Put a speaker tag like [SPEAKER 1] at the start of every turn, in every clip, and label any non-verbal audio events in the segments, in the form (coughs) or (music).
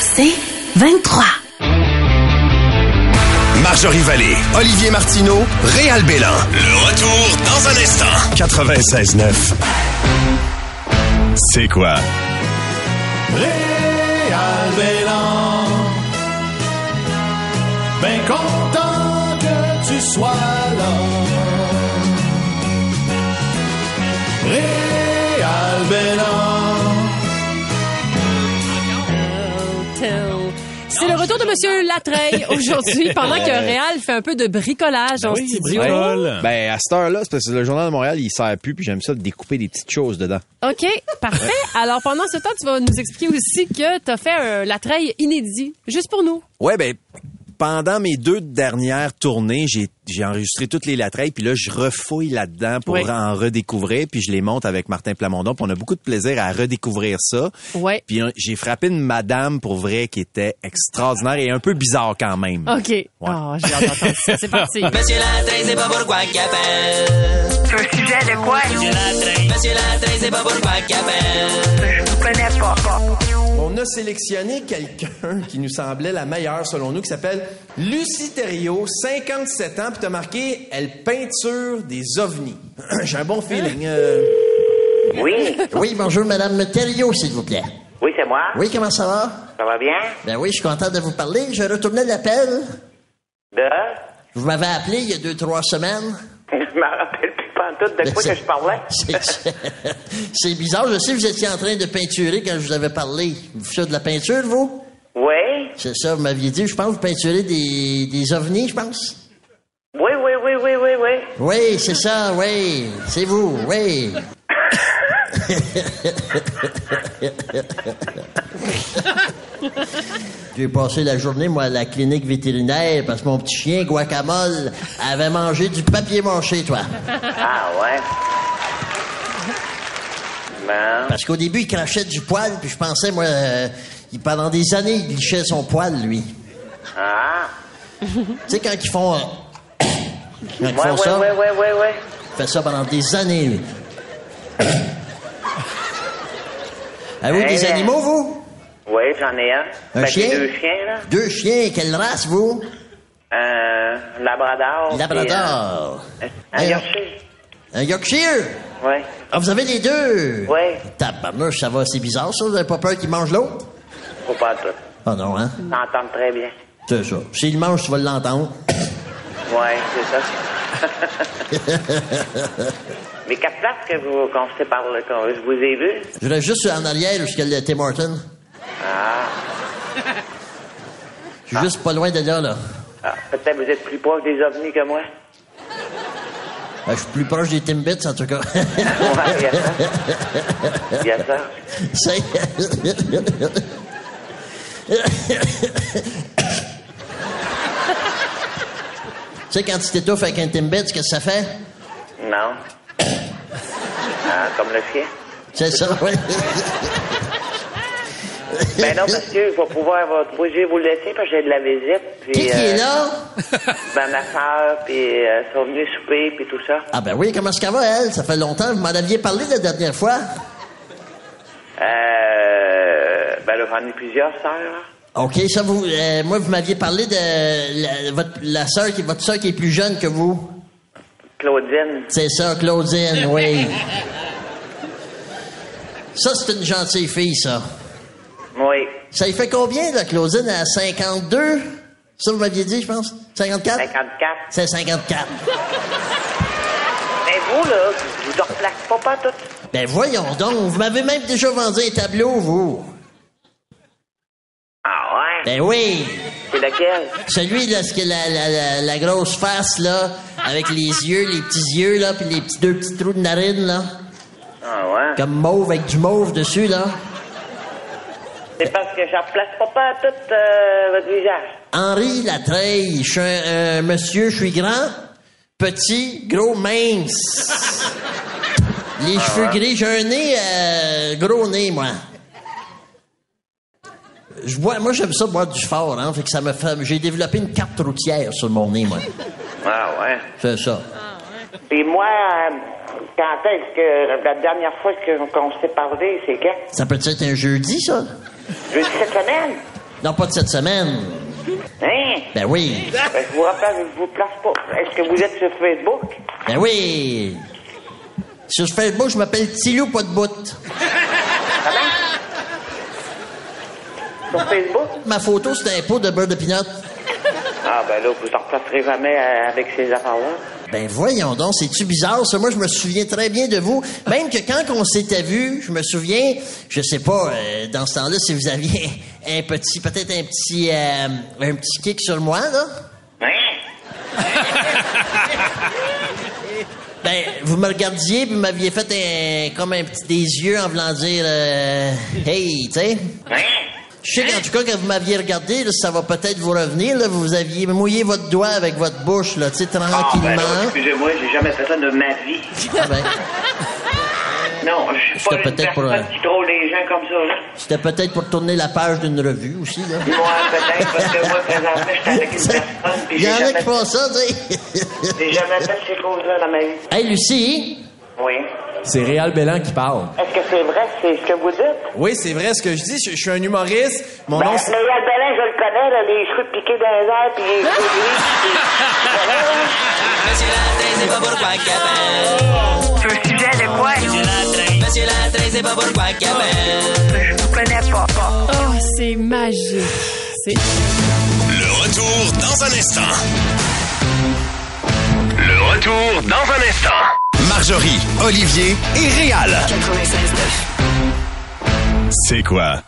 [SPEAKER 1] C'est 23.
[SPEAKER 2] Marjorie Vallée, Olivier Martineau, Réal Bélan. Le retour dans un instant. 96.9. C'est quoi?
[SPEAKER 3] Réal Bélan. Ben content que tu sois là. Réal Bélan.
[SPEAKER 4] C'est le retour de Monsieur Latreille (laughs) aujourd'hui, pendant que Réal fait un peu de bricolage en
[SPEAKER 5] Oui,
[SPEAKER 4] studio.
[SPEAKER 5] bricole.
[SPEAKER 6] Ben, à cette heure-là, c'est parce que le Journal de Montréal, il sert plus, puis j'aime ça de découper des petites choses dedans.
[SPEAKER 4] OK, (laughs) parfait. Alors, pendant ce temps, tu vas nous expliquer aussi que tu as fait un Latreille inédit, juste pour nous.
[SPEAKER 5] Ouais, ben pendant mes deux dernières tournées, j'ai j'ai enregistré toutes les latreilles, puis là je refouille là-dedans pour
[SPEAKER 4] Ouais.
[SPEAKER 5] en redécouvrir, puis je les monte avec Martin Plamondon, puis on a beaucoup de plaisir à redécouvrir ça.
[SPEAKER 4] Ouais.
[SPEAKER 5] Puis euh, j'ai frappé une madame pour vrai qui était extraordinaire et un peu bizarre quand même.
[SPEAKER 4] OK. Oh, j'ai hâte d'entendre ça. C'est parti.
[SPEAKER 7] Monsieur Latreille, c'est pas pourquoi qu'il appelle.
[SPEAKER 8] C'est un sujet de quoi?
[SPEAKER 7] Monsieur Latreille, c'est pas pourquoi qu'il appelle.
[SPEAKER 8] Je vous connais pas.
[SPEAKER 3] On a sélectionné quelqu'un (laughs) qui nous semblait la meilleure selon nous, qui s'appelle Lucie Thériault, 57 ans, puis t'as marqué « Elle peinture des ovnis ». (clears throat) J'ai un bon feeling. euh.
[SPEAKER 9] Oui,
[SPEAKER 10] Oui, bonjour, Madame Thériault, s'il vous plaît.
[SPEAKER 9] oui, c'est moi.
[SPEAKER 10] Oui, comment ça va?
[SPEAKER 9] Ça va bien?
[SPEAKER 10] Ben oui, je suis content de vous parler. Je retournais l'appel.
[SPEAKER 9] De? (laughs)
[SPEAKER 10] Vous m'avez appelé il y a deux, trois semaines.
[SPEAKER 9] Je me rappelle plus pantoute de quoi que je parlais.
[SPEAKER 10] (laughs) C'est- C'est bizarre. Je sais que vous étiez en train de peinturer quand je vous avais parlé. Vous faites de la peinture, vous?
[SPEAKER 9] Oui?
[SPEAKER 10] C'est ça, vous m'aviez dit, je pense, vous peinturez des, des ovnis, je pense.
[SPEAKER 9] Oui, oui, oui, oui, oui, oui.
[SPEAKER 10] Oui, c'est ça, oui. C'est vous, oui. J'ai passé la journée, moi, à la clinique vétérinaire parce que mon petit chien, Guacamole, avait mangé du papier mâché, toi.
[SPEAKER 9] Ah, ouais. Bon.
[SPEAKER 10] Parce qu'au début, il crachait du poil, puis je pensais, moi, euh, il- pendant des années, il lichait son poil, lui.
[SPEAKER 9] Ah.
[SPEAKER 10] Tu sais, quand ils font... euh, (coughs) quand ils
[SPEAKER 9] Ouais,
[SPEAKER 10] font ça,
[SPEAKER 9] ouais, ouais, ouais, ouais, ouais.
[SPEAKER 10] il fait ça pendant des années, lui. (coughs) Avez-vous
[SPEAKER 9] Hey,
[SPEAKER 10] des
[SPEAKER 9] euh,
[SPEAKER 10] animaux, vous?
[SPEAKER 9] Oui, j'en ai un.
[SPEAKER 10] Un
[SPEAKER 9] Ben,
[SPEAKER 10] chien?
[SPEAKER 9] j'ai deux chiens, là.
[SPEAKER 10] Deux chiens. Quelle race, vous?
[SPEAKER 9] Oh, Un labrador.
[SPEAKER 10] Labrador.
[SPEAKER 9] puis, euh, Un
[SPEAKER 10] Hey,
[SPEAKER 9] Yorkshire.
[SPEAKER 10] Un Yorkshire.
[SPEAKER 9] Ouais.
[SPEAKER 10] Ah, vous avez les deux?
[SPEAKER 9] Ouais.
[SPEAKER 10] Tabarnouche, ça va, c'est bizarre, ça. Vous avez pas peur qu'ils mangent l'autre?
[SPEAKER 9] Faut pas tout.
[SPEAKER 10] Ah non, hein?
[SPEAKER 9] T'entends très bien.
[SPEAKER 10] C'est ça. S'il mange, tu vas l'entendre. (coughs)
[SPEAKER 9] Ouais, c'est
[SPEAKER 10] (laughs)
[SPEAKER 9] ça. (laughs) Mais quatre places que vous, qu'on s'est parlé, qu'on, je vous ai vu.
[SPEAKER 10] Je reste juste en arrière où est-ce qu'il y a le Tim Hortons.
[SPEAKER 9] Ah.
[SPEAKER 10] Je suis juste pas loin de là, là.
[SPEAKER 9] Ah, peut-être vous êtes plus proche des ovnis que moi.
[SPEAKER 10] Ah, Je suis plus proche des Timbits, en tout cas. (laughs)
[SPEAKER 9] Ouais, il y a ça. Il y a ça.
[SPEAKER 10] C'est- Tu sais, quand tu t'étouffes avec un Timbits, qu'est-ce que ça fait?
[SPEAKER 9] Non. Ah, comme le chien.
[SPEAKER 10] C'est ça, oui.
[SPEAKER 9] Ben non, monsieur, je vais pouvoir vous, vous- je vais vous laisser parce que j'ai de la visite. Puis,
[SPEAKER 10] Qui qui
[SPEAKER 9] euh,
[SPEAKER 10] est là?
[SPEAKER 9] Ben, ma soeur, puis euh, sont venus souper, puis tout ça.
[SPEAKER 10] Ah ben oui, comment est-ce qu'elle va, elle? Ça fait longtemps, vous m'en aviez parlé la dernière fois.
[SPEAKER 9] Euh, ben là, j'en ai plusieurs sœurs. là.
[SPEAKER 10] OK, ça vous... euh, moi, vous m'aviez parlé de la, votre, la sœur qui, votre sœur qui est plus jeune que vous.
[SPEAKER 9] Claudine.
[SPEAKER 10] C'est ça, Claudine, oui. Ça, c'est une gentille fille, ça.
[SPEAKER 9] Oui.
[SPEAKER 10] Ça y fait combien, la Claudine, à 52? Ça, vous m'aviez dit, je pense. 54?
[SPEAKER 9] 54.
[SPEAKER 10] C'est 54.
[SPEAKER 9] Mais Ben, vous, là, vous ne replaquez pas, pas tout.
[SPEAKER 10] Ben voyons donc, vous m'avez même déjà vendu un tableau, vous.
[SPEAKER 9] Ah ouais?
[SPEAKER 10] Ben oui.
[SPEAKER 9] C'est lequel?
[SPEAKER 10] Celui, là, ce que la, la, la, la grosse face, là, avec les yeux, les petits yeux, là, puis les petits, deux petits trous de narine, là.
[SPEAKER 9] Ah ouais?
[SPEAKER 10] Comme mauve, avec du mauve dessus, là.
[SPEAKER 9] C'est parce que je replace pas, pas tout euh, votre visage.
[SPEAKER 10] Henri Latreille, je suis un euh, monsieur, je suis grand, petit, gros, mince. Les cheveux gris, j'ai un nez, euh, gros nez, moi. Je bois, moi, j'aime ça boire du fort, hein, fait que ça me fait, j'ai développé une carte routière sur mon nez, moi.
[SPEAKER 9] Ah ouais?
[SPEAKER 10] C'est ça.
[SPEAKER 9] Puis moi, euh, quand est-ce que euh, la dernière fois que- qu'on s'est parlé, c'est quand?
[SPEAKER 10] Ça peut être un jeudi, ça?
[SPEAKER 9] Jeudi cette semaine?
[SPEAKER 10] Non, pas de cette semaine.
[SPEAKER 9] Hein?
[SPEAKER 10] Ben oui.
[SPEAKER 9] Ben, je vous rappelle, je vous place pas. Est-ce que vous êtes sur Facebook?
[SPEAKER 10] Ben oui. Sur Facebook, je m'appelle Tilou pas de bout.
[SPEAKER 9] Sur Facebook?
[SPEAKER 10] Ma photo, c'est un pot de beurre de pinot.
[SPEAKER 9] Ah, ben là, vous en replacerez jamais euh, avec ces affaires-là.
[SPEAKER 10] Ben voyons donc, c'est-tu bizarre ça? Moi, je me souviens très bien de vous. Même que quand on s'était vu, je me souviens, je sais pas, euh, dans ce temps-là, si vous aviez (laughs) un petit, peut-être un petit, euh, un petit kick sur moi, là.
[SPEAKER 9] Hein?
[SPEAKER 10] Ben, vous me regardiez, puis vous m'aviez fait un, comme un petit des yeux en voulant dire, euh, hey, tu sais.
[SPEAKER 9] Hein?
[SPEAKER 10] Je sais qu'en tout cas, quand vous m'aviez regardé, là, ça va peut-être vous revenir, là, vous aviez mouillé votre doigt avec votre bouche, là, tu sais,
[SPEAKER 9] Ah, ben
[SPEAKER 10] tranquillement.
[SPEAKER 9] là, excusez-moi, j'ai jamais fait ça de ma vie.
[SPEAKER 10] Ah ben,
[SPEAKER 9] Non, je suis pas
[SPEAKER 10] C'était
[SPEAKER 9] une
[SPEAKER 10] peut-être
[SPEAKER 9] personne
[SPEAKER 10] pour un-
[SPEAKER 9] qui troll les gens comme ça, là.
[SPEAKER 10] c'était peut-être pour tourner la page d'une revue aussi, là.
[SPEAKER 9] Moi, peut-être, parce que moi, présentement, je suis
[SPEAKER 10] (laughs)
[SPEAKER 9] avec une personne, puis
[SPEAKER 10] Il y
[SPEAKER 9] j'ai
[SPEAKER 10] en a
[SPEAKER 9] jamais,
[SPEAKER 10] qui font ça, tu sais.
[SPEAKER 9] j'ai jamais fait ces choses-là dans ma vie.
[SPEAKER 10] hey, Lucie,
[SPEAKER 9] Oui.
[SPEAKER 3] C'est Réal Bélan qui parle.
[SPEAKER 9] Est-ce que c'est vrai, c'est ce que vous dites?
[SPEAKER 3] Oui, c'est vrai ce que je dis. Je, je suis un humoriste. Mon
[SPEAKER 9] Ben,
[SPEAKER 3] nom, c'est...
[SPEAKER 9] mais Yann Bellin, je le connais, là, les cheveux piqués dans les airs, puis
[SPEAKER 11] Ah,
[SPEAKER 9] les cheveux gris, puis- Tu connais, là?
[SPEAKER 7] Monsieur Latrin, c'est pas pour quoi qu'il appelle.
[SPEAKER 8] C'est un sujet de quoi?
[SPEAKER 7] Monsieur Latrin, c'est pas pour quoi qu'il appelle.
[SPEAKER 8] Je vous connais pas, pas.
[SPEAKER 4] (laughs) Oh, c'est magique. C'est
[SPEAKER 2] Le retour dans un instant. Le retour dans un instant. Marjorie, Olivier et Réal. C'est quoi?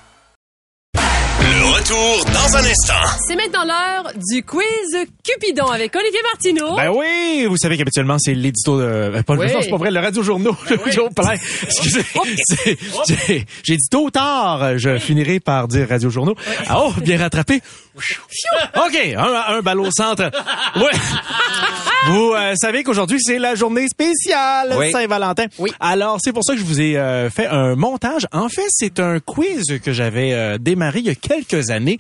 [SPEAKER 2] Le retour dans un instant.
[SPEAKER 4] c'est maintenant l'heure du quiz Cupidon avec Olivier Martineau.
[SPEAKER 12] Ben oui, vous savez qu'habituellement c'est l'édito de euh, pas le
[SPEAKER 4] Oui.
[SPEAKER 12] non, c'est pas vrai, le radio journaux.
[SPEAKER 3] Ben
[SPEAKER 12] Joe Plain.
[SPEAKER 3] (laughs)
[SPEAKER 12] Excusez. C'est- j'ai- J'ai dit tôt ou tard, je finirai par dire radio journaux. Ah, oh, bien rattrapé. OK, un, un ballot au centre. Oui. Vous euh, savez qu'aujourd'hui, c'est la journée spéciale
[SPEAKER 5] Oui.
[SPEAKER 12] Saint-Valentin.
[SPEAKER 4] Oui.
[SPEAKER 12] Alors, c'est pour ça que je vous ai euh, fait un montage. En fait, c'est un quiz que j'avais euh, démarré il y a quelques années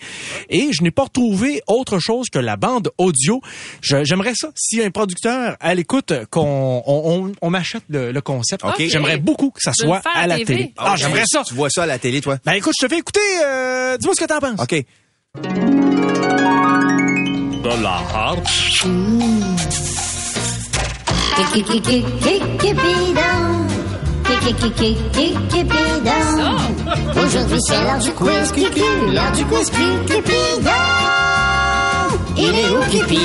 [SPEAKER 12] et je n'ai pas retrouvé autre chose que la bande audio. Je- J'aimerais ça, si un producteur à l'écoute, qu'on on, on- on m'achète le, le concept.
[SPEAKER 4] OK.
[SPEAKER 12] J'aimerais beaucoup que ça
[SPEAKER 4] De le
[SPEAKER 12] soit
[SPEAKER 4] faire
[SPEAKER 12] à
[SPEAKER 4] à
[SPEAKER 12] la
[SPEAKER 4] TV.
[SPEAKER 12] télé. Ah, j'aimerais ça.
[SPEAKER 5] Tu vois ça à la télé, toi?
[SPEAKER 12] Ben écoute, je te fais écouter. euh, Dis-moi ce que t'en penses.
[SPEAKER 5] OK.
[SPEAKER 12] De la harpe.
[SPEAKER 1] Aujourd'hui, c'est l'heure du quiz Cucu, l'heure du quiz Cupidon. Il est où Cupidon?
[SPEAKER 13] (laughs)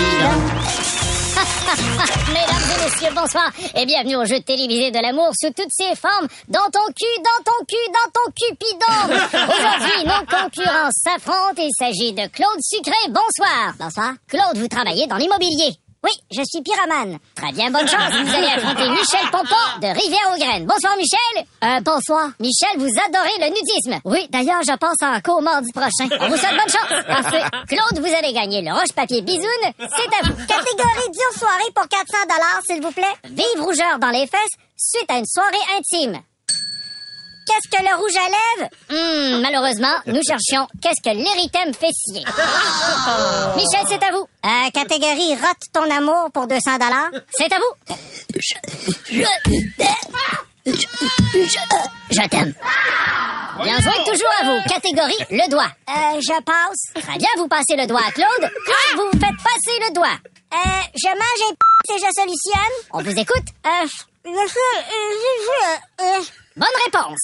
[SPEAKER 13] Mesdames et messieurs, bonsoir et bienvenue au jeu télévisé de l'amour sous toutes ses formes. Dans ton cul, dans ton cul, dans ton cupidon. Aujourd'hui, nos concurrents s'affrontent. Il s'agit de Claude Sucré. Bonsoir. Bonsoir. Claude, vous travaillez dans l'immobilier. Oui, je suis pyramane. Très bien, bonne chance. Vous allez affronter Michel Pompon de Rivière aux Graines. Bonsoir, Michel. Euh, bonsoir. Michel, vous adorez le nudisme. Oui, d'ailleurs, je pense à un cours mardi prochain. On vous souhaite bonne chance. Parfait. Claude, vous avez gagné le roche-papier bisoune. C'est à vous.
[SPEAKER 1] Catégorie dure soirée pour 400 dollars, s'il vous plaît.
[SPEAKER 13] Vive rougeur dans les fesses suite à une soirée intime.
[SPEAKER 1] Qu'est-ce que le rouge à lèvres?
[SPEAKER 13] Hmm, malheureusement, nous cherchions qu'est-ce que l'érythème fessier. Michel, c'est à vous.
[SPEAKER 1] Oh! Euh, catégorie rote ton amour pour 200 dollars.
[SPEAKER 13] C'est à vous. Je t'aime. Bien joué, toujours à vous. Catégorie, le doigt.
[SPEAKER 1] Euh, je passe.
[SPEAKER 13] Très bien, vous passez le doigt à Claude. Claude, vous vous faites passer le doigt.
[SPEAKER 1] Euh, je mange un p et je solutionne.
[SPEAKER 13] On vous écoute. Euh,
[SPEAKER 1] Je fais- euh, Hein? je- je- euh,
[SPEAKER 13] bonne réponse.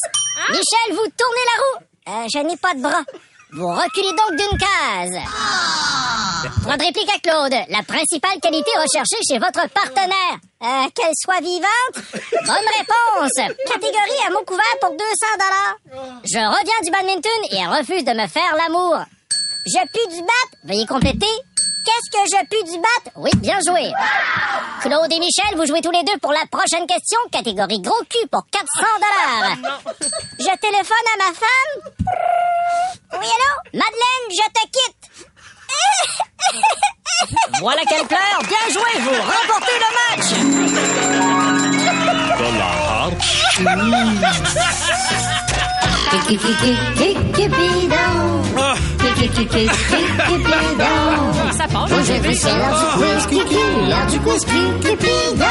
[SPEAKER 13] Michel, vous tournez la roue.
[SPEAKER 1] euh, je n'ai pas de bras.
[SPEAKER 13] Vous reculez donc d'une case. Point de réplique à Claude. La principale qualité recherchée chez votre partenaire.
[SPEAKER 1] Euh, qu'elle soit vivante.
[SPEAKER 13] Bonne réponse.
[SPEAKER 1] Catégorie à mot couvert pour 200 dollars.
[SPEAKER 13] Je reviens du badminton et elle refuse de me faire l'amour.
[SPEAKER 1] Je pue du bat.
[SPEAKER 13] Veuillez compléter.
[SPEAKER 1] Qu'est-ce que je pue du bat?
[SPEAKER 13] Oui, bien joué. Claude et Michel, vous jouez tous les deux pour la prochaine question, catégorie gros cul pour 400 dollars.
[SPEAKER 1] Je téléphone à ma femme. Oui, allô? Madeleine, je te quitte.
[SPEAKER 13] Voilà qu'elle pleure. Bien joué, vous remportez le match.
[SPEAKER 4] Ça part.
[SPEAKER 13] Aujourd'hui, c'est l'heure du quiz Cupidon. L'heure du quiz Cupidon.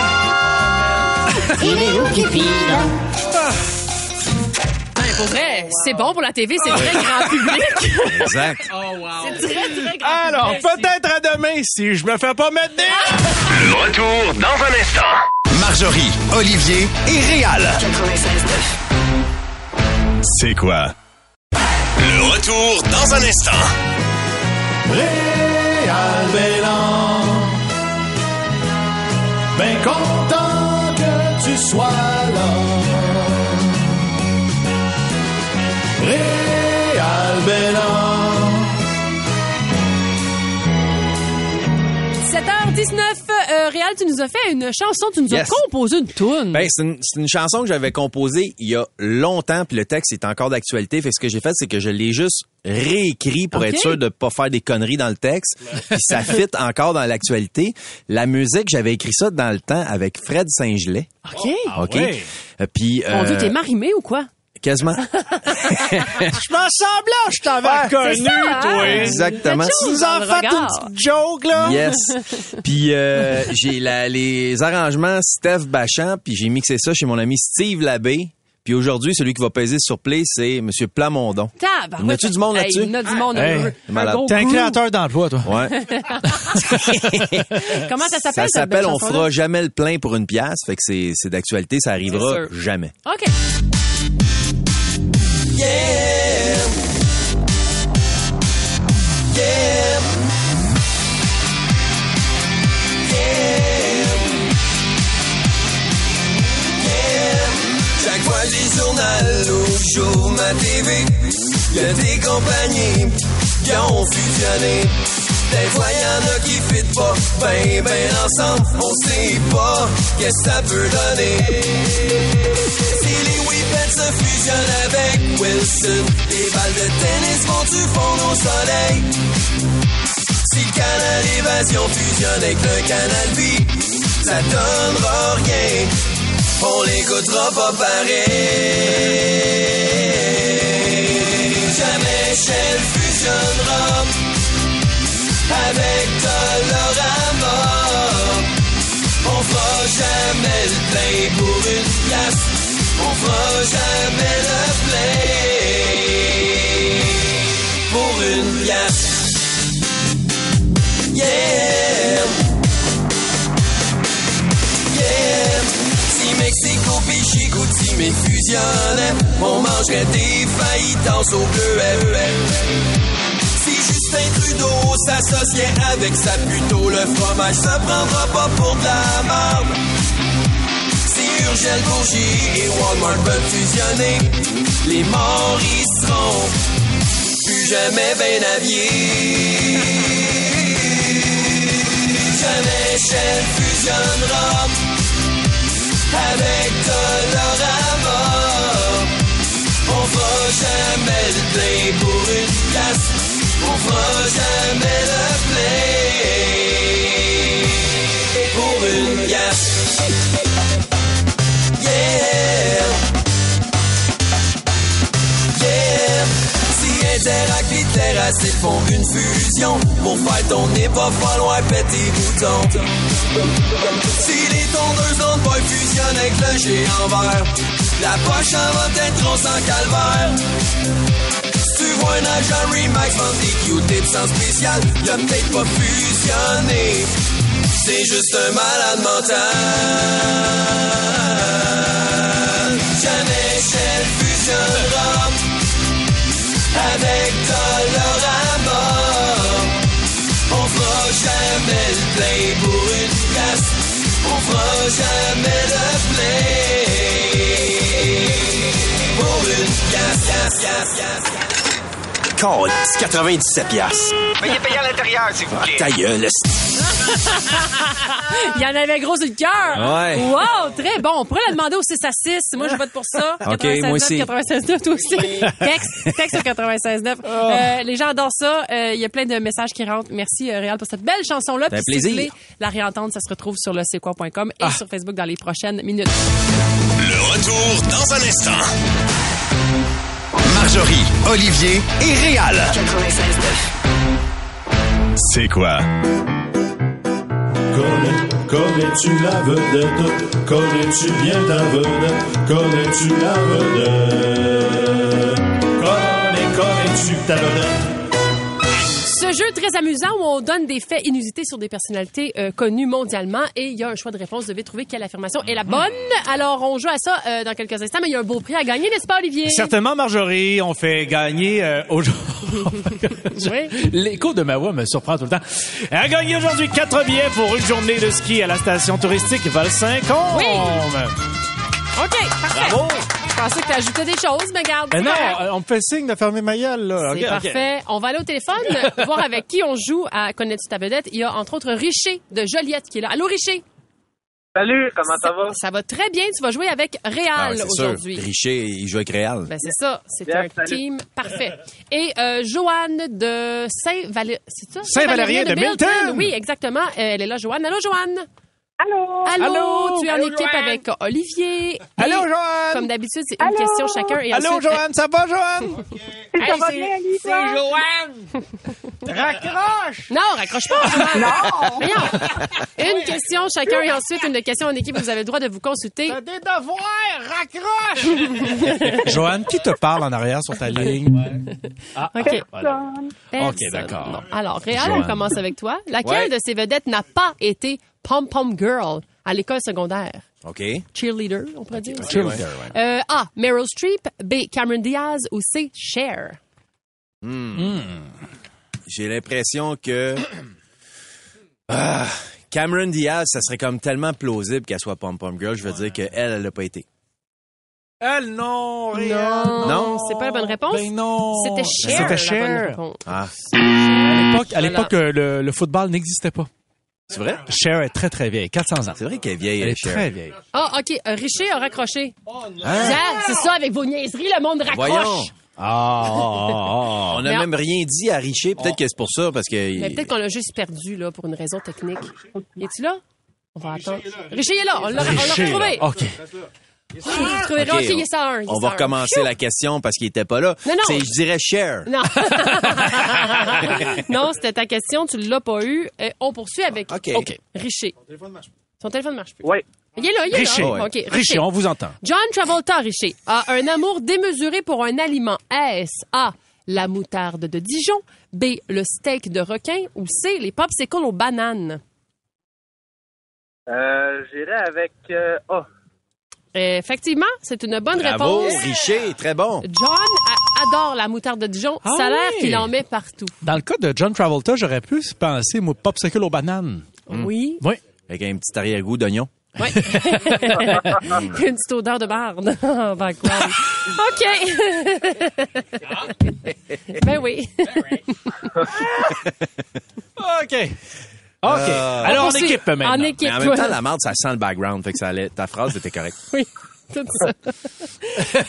[SPEAKER 13] Il est où Cupidon?
[SPEAKER 4] mais pour vrai, c'est bon pour la TV, c'est très grand public.
[SPEAKER 12] Exact.
[SPEAKER 4] C'est (laughs) très, très grand
[SPEAKER 12] Alors,
[SPEAKER 4] public.
[SPEAKER 12] peut-être à demain si je me fais pas mettre des...
[SPEAKER 2] Le retour dans un instant. Marjorie, Olivier et Réal. C'est quoi? Le retour dans un instant.
[SPEAKER 14] Réal Bélan. Ben content que tu sois là. Réal Bélan.
[SPEAKER 4] 7h19, euh, Réal, tu nous as fait une chanson, tu nous
[SPEAKER 5] Yes.
[SPEAKER 4] as composé une toune.
[SPEAKER 5] Ben, c'est une, c'est une chanson que j'avais composée il y a longtemps, puis le texte est encore d'actualité. Fait que ce que j'ai fait, c'est que je l'ai juste réécrit pour
[SPEAKER 12] Ok.
[SPEAKER 5] être sûr de pas faire des conneries dans le texte. Puis
[SPEAKER 4] (laughs)
[SPEAKER 5] ça fit encore dans l'actualité. La musique, j'avais écrit ça dans le temps avec Fred Saint-Gelais.
[SPEAKER 4] OK.
[SPEAKER 5] OK? Euh, Puis...
[SPEAKER 4] Ah Mon Dieu,
[SPEAKER 5] euh,
[SPEAKER 4] t'es marimé ou quoi? (laughs)
[SPEAKER 5] Quasiment.
[SPEAKER 12] Je m'en semble là, je
[SPEAKER 5] Ah,
[SPEAKER 12] t'avais
[SPEAKER 4] c'est ça, hein?
[SPEAKER 5] Exactement.
[SPEAKER 12] Tu nous as fait une petite joke, là.
[SPEAKER 5] Yes. Puis euh, j'ai la- les arrangements Steph Bachand, puis j'ai mixé ça chez mon ami Steve Labbé. Puis aujourd'hui, celui qui va peser sur play, c'est M. Plamondon. Y
[SPEAKER 4] Tabarouette.
[SPEAKER 5] en a-tu du monde
[SPEAKER 4] Hey,
[SPEAKER 5] là-dessus?
[SPEAKER 4] y en a du monde.
[SPEAKER 5] Hey,
[SPEAKER 4] un-
[SPEAKER 5] malade.
[SPEAKER 4] gros
[SPEAKER 5] T'es un
[SPEAKER 4] crew.
[SPEAKER 5] créateur
[SPEAKER 12] d'emploi, toi.
[SPEAKER 5] Ouais.
[SPEAKER 4] Comment ça s'appelle?
[SPEAKER 5] Ça
[SPEAKER 4] cette
[SPEAKER 5] s'appelle
[SPEAKER 4] belle
[SPEAKER 5] On
[SPEAKER 4] chanson-là?
[SPEAKER 5] fera jamais le plein pour une pièce. Fait que c'est c'est d'actualité, ça arrivera
[SPEAKER 4] C'est sûr.
[SPEAKER 5] jamais.
[SPEAKER 4] OK.
[SPEAKER 14] Chaque fois les journaux au jour, ma TV, y a des compagnies qui ont fusionné. Des fois y'en a qui fit pas, ben ben ensemble, on sait pas qu'est-ce que ça peut donner. Si les Whippets se fusionnent avec Wilson, les balles de tennis vont du fond au soleil. Si le canal évasion fusionne avec le canal B, ça donnera rien. On l'écoutera pas pareil. Jamais Shell fusionnera avec Dolorama. On fera jamais le plein pour une place. On fera jamais le plein pour une place. Yeah! Yeah! Si Mexico pis Chico Timé fusionnaient, on mangerait des faillites au bleu Si Justin Trudeau s'associait avec sa puto, le fromage se prendra pas pour de la marbre. Si Urgel Bourgie et Walmart peuvent fusionner, les morts y seront plus jamais ben aviés. Jamais Shell fusionnera avec Dolorama. On fera jamais le plein pour une place. On fera jamais le plein pour une place. Yeah! Yeah! Si Interac et Terrasse, ils font une fusion. Pour faire tourner, va falloir péter bouton. Si les tondeuses en boy fusionnent avec le géant vert, la poche en va être on sans calvaire. Si tu vois un agent Remax vendre des Q-tips en spécial, il a peut-être pas fusionné. C'est juste un malade mental. Jamais Shell fusionnera avec Dolorama. On fera jamais le plein pour une place. On fera jamais le plein pour une place. place, place, place.
[SPEAKER 2] Call, 97 piastres.
[SPEAKER 14] Veuillez payer à l'intérieur, s'il vous
[SPEAKER 2] Ta gueule, esti.
[SPEAKER 4] Il y en avait gros sur le cœur.
[SPEAKER 5] Ouais.
[SPEAKER 4] Wow, très bon. On pourrait le demander au 6 à 6. Moi, je vote pour ça.
[SPEAKER 5] (laughs) Ok, moi aussi.
[SPEAKER 4] 96.9, toi aussi. texte, texte au 96.9. Euh, les gens adorent ça. Euh, Il y a plein de messages qui rentrent. Merci, euh, Réal, pour cette belle chanson-là.
[SPEAKER 5] Ça fait
[SPEAKER 4] Puis, si vous
[SPEAKER 5] plaisir. Ah.
[SPEAKER 4] voulez la réentendre, ça se retrouve sur le c'est quoi.com et sur Facebook dans les prochaines minutes.
[SPEAKER 2] Le retour dans un instant. Marjorie, Olivier et Réal. C'est quoi?
[SPEAKER 14] Connais, connais-tu la vedette? Connais-tu bien ta vedette? Connais-tu la vedette?
[SPEAKER 11] sur ta lorette.
[SPEAKER 4] Ce jeu très amusant où on donne des faits inusités sur des personnalités euh, connues mondialement et il y a un choix de réponse. Vous devez trouver quelle affirmation est
[SPEAKER 5] Hmm.
[SPEAKER 4] la bonne. Alors, on joue à ça euh, dans quelques instants, mais il y a un beau prix à gagner, n'est-ce pas, Olivier?
[SPEAKER 12] Certainement, Marjorie, on fait gagner euh, aujourd'hui. (laughs) L'écho de ma voix me surprend tout le temps. À gagner aujourd'hui quatre billets pour une journée de ski à la station touristique Val-Saint-Côme.
[SPEAKER 4] Oui. OK, parfait. Je pensais que tu ajoutais des choses, mais regarde.
[SPEAKER 12] Eh
[SPEAKER 4] c'est
[SPEAKER 12] non,
[SPEAKER 4] correct.
[SPEAKER 12] euh, on me fait signe de fermer ma gueule, là.
[SPEAKER 4] C'est
[SPEAKER 12] Ok, ok.
[SPEAKER 4] parfait. On va aller au téléphone, (laughs) voir avec qui on joue à Connais-tu ta vedette. Il y a entre autres Richer de Joliette qui est là. Allô, Richer?
[SPEAKER 15] Salut, comment ça va?
[SPEAKER 4] Ça va très bien. Tu vas jouer avec Réal
[SPEAKER 5] Ah ouais, c'est sûr.
[SPEAKER 4] aujourd'hui.
[SPEAKER 5] Richer, il joue avec Réal.
[SPEAKER 4] Ben, c'est ça. C'est
[SPEAKER 5] Bien,
[SPEAKER 4] un
[SPEAKER 5] salut.
[SPEAKER 4] team parfait. Et euh, Joanne de Saint-Valérien. C'est ça?
[SPEAKER 12] Saint-Valérien de Milton.
[SPEAKER 4] Oui, exactement. Euh, Elle est là, Joanne. Allô, Joanne? Allô? Allô?
[SPEAKER 12] Allô?
[SPEAKER 4] Tu es en
[SPEAKER 12] Allô,
[SPEAKER 4] équipe
[SPEAKER 12] Joanne?
[SPEAKER 4] avec Olivier.
[SPEAKER 12] Allô,
[SPEAKER 4] Et,
[SPEAKER 12] Joanne?
[SPEAKER 4] Comme d'habitude, c'est une question chacun. Et
[SPEAKER 12] Allô,
[SPEAKER 4] ensuite, euh,
[SPEAKER 12] Joanne, ça va, (laughs) Joanne?
[SPEAKER 4] Hey,
[SPEAKER 12] Ça va
[SPEAKER 4] c'est-
[SPEAKER 12] bien, Ali,
[SPEAKER 4] c'est
[SPEAKER 12] toi? (laughs)
[SPEAKER 4] Raccroche! Non, raccroche pas, Joanne.
[SPEAKER 12] Non.
[SPEAKER 4] Voyons.
[SPEAKER 12] (laughs)
[SPEAKER 4] Une question chacun et ensuite une question en équipe. Vous avez le droit de vous consulter. T'as
[SPEAKER 12] des devoirs, raccroche!
[SPEAKER 4] Joanne,
[SPEAKER 12] Joanne, qui te parle en arrière sur ta ligne? Ah,
[SPEAKER 4] OK.
[SPEAKER 12] voilà. OK,
[SPEAKER 4] Personne.
[SPEAKER 12] d'accord.
[SPEAKER 4] Alors, Réal, on
[SPEAKER 12] Joanne.
[SPEAKER 4] commence avec toi. Laquelle
[SPEAKER 12] Ouais.
[SPEAKER 4] de ces vedettes n'a pas été Pom Pom Girl à l'école secondaire?
[SPEAKER 5] OK.
[SPEAKER 4] Cheerleader, on pourrait dire.
[SPEAKER 5] ok, Cheerleader, ouais.
[SPEAKER 4] Euh, A. Meryl Streep. B. Cameron Diaz. Ou C. Cher.
[SPEAKER 5] Hmm. J'ai l'impression que (clears throat) Ah, Cameron Diaz, ça serait comme tellement plausible qu'elle soit Pom Pom Girl. Je veux dire qu'elle, elle l'a pas été.
[SPEAKER 12] Elle, non, Réal.
[SPEAKER 4] Non.
[SPEAKER 5] Non.
[SPEAKER 4] C'est pas la bonne réponse?
[SPEAKER 12] Ben non.
[SPEAKER 4] C'était Cher.
[SPEAKER 12] C'était
[SPEAKER 4] la bonne
[SPEAKER 12] Cher.
[SPEAKER 4] réponse.
[SPEAKER 5] Ah.
[SPEAKER 12] À l'époque, à
[SPEAKER 4] Voilà.
[SPEAKER 12] l'époque, euh, le, le football n'existait pas.
[SPEAKER 5] C'est vrai?
[SPEAKER 12] Cher est très, très vieille. 400 ans.
[SPEAKER 5] C'est vrai qu'elle est vieille,
[SPEAKER 12] Elle est
[SPEAKER 5] Cher.
[SPEAKER 12] très vieille.
[SPEAKER 4] Ah, OK. Euh, Richer a raccroché. Oh, non.
[SPEAKER 5] Hein?
[SPEAKER 4] c'est ça, avec vos niaiseries, le monde raccroche.
[SPEAKER 5] Voyons.
[SPEAKER 12] Ah,
[SPEAKER 5] ah. On n'a
[SPEAKER 4] Mais-
[SPEAKER 5] même rien dit à Richer.
[SPEAKER 12] Oh.
[SPEAKER 5] Peut-être que c'est pour ça, parce que.
[SPEAKER 4] Mais Ben, peut-être qu'on l'a juste perdu, là, pour une raison technique. Es-tu là? On va attendre. Richer est là. On l'a on l'a
[SPEAKER 5] Richer,
[SPEAKER 4] retrouvé.
[SPEAKER 5] là. OK.
[SPEAKER 4] Vous retrouverez. OK,
[SPEAKER 5] OK,
[SPEAKER 4] il est ça un. il est
[SPEAKER 5] On
[SPEAKER 4] ça
[SPEAKER 5] va
[SPEAKER 4] un.
[SPEAKER 5] recommencer la question parce qu'il était pas là.
[SPEAKER 4] Non, non.
[SPEAKER 5] C'est, je dirais Cher.
[SPEAKER 4] Non. non, c'était ta question, tu l'as pas eu. Euh, on poursuit avec
[SPEAKER 5] OK.
[SPEAKER 4] OK. Richer. Son téléphone marche plus. Son téléphone marche plus. Oui. Il est là, il est
[SPEAKER 12] Richer.
[SPEAKER 4] là. OK,
[SPEAKER 12] Richer, on vous entend.
[SPEAKER 4] John Travolta Richer a un amour démesuré pour un aliment. Est-ce A, la moutarde de Dijon, B, le steak de requin ou C, les popsicles aux bananes?
[SPEAKER 15] Euh, j'irai avec. Euh, oh.
[SPEAKER 4] Effectivement, c'est une bonne
[SPEAKER 5] Bravo,
[SPEAKER 4] réponse.
[SPEAKER 5] Richer, très bon.
[SPEAKER 4] John a- adore la moutarde de Dijon.
[SPEAKER 12] Ah
[SPEAKER 4] ça a l'air
[SPEAKER 12] oui. Ben
[SPEAKER 4] qu'il en met partout.
[SPEAKER 12] Dans le cas de John Travolta, j'aurais pu penser, moi, popsicle aux bananes.
[SPEAKER 4] Oui.
[SPEAKER 12] Oui.
[SPEAKER 5] Avec un petit arrière-goût d'oignon.
[SPEAKER 4] une petite odeur de (laughs) barde. Oh,
[SPEAKER 12] (laughs)
[SPEAKER 4] ben quoi. OK.
[SPEAKER 5] (laughs)
[SPEAKER 4] ben oui.
[SPEAKER 12] OK. OK.
[SPEAKER 5] Euh,
[SPEAKER 12] Alors, en équipe maintenant.
[SPEAKER 5] Mais en même temps, la marde, ça sent le background. Fait que ça allait, ta phrase était correcte.
[SPEAKER 12] (laughs)
[SPEAKER 4] Oui, tout ça.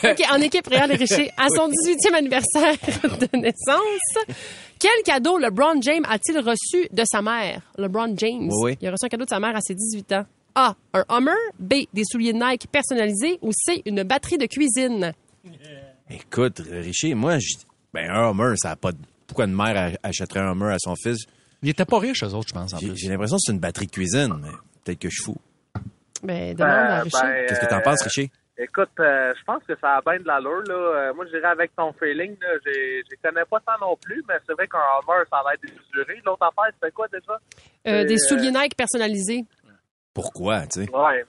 [SPEAKER 4] (laughs) OK, en équipe Réal et Richer, à son 18e anniversaire de naissance, quel cadeau LeBron James a-t-il reçu de sa mère? LeBron James.
[SPEAKER 5] Oui, oui.
[SPEAKER 4] Il a reçu un cadeau de sa mère à ses 18 ans. A. Un Hummer. B. Des souliers Nike personnalisés. Ou C. Une batterie de cuisine.
[SPEAKER 5] Écoute, Richer, moi, je... ben, un Hummer, ça a pas de... Pourquoi une mère a- achèterait un Hummer à son fils?
[SPEAKER 12] Il était pas riche, eux autres, je pense.
[SPEAKER 5] J'ai j'ai l'impression que c'est une batterie de cuisine, mais peut-être que je suis fou.
[SPEAKER 4] Ben, demande
[SPEAKER 15] Euh,
[SPEAKER 4] à Richer.
[SPEAKER 15] ben,
[SPEAKER 5] Qu'est-ce que t'en
[SPEAKER 15] euh,
[SPEAKER 5] penses, Richer?
[SPEAKER 15] Écoute, euh, je pense que ça a bien de l'allure. Là. Euh, moi, j'irai avec ton feeling. Là. J'ai- Je les connais pas tant non plus, mais c'est vrai qu'un Hummer, ça a l'air démesuré. L'autre affaire, c'était quoi déjà?
[SPEAKER 4] Euh, des
[SPEAKER 15] Euh,
[SPEAKER 4] souliers Nike personnalisés.
[SPEAKER 5] Pourquoi, tu sais?
[SPEAKER 15] Ouais.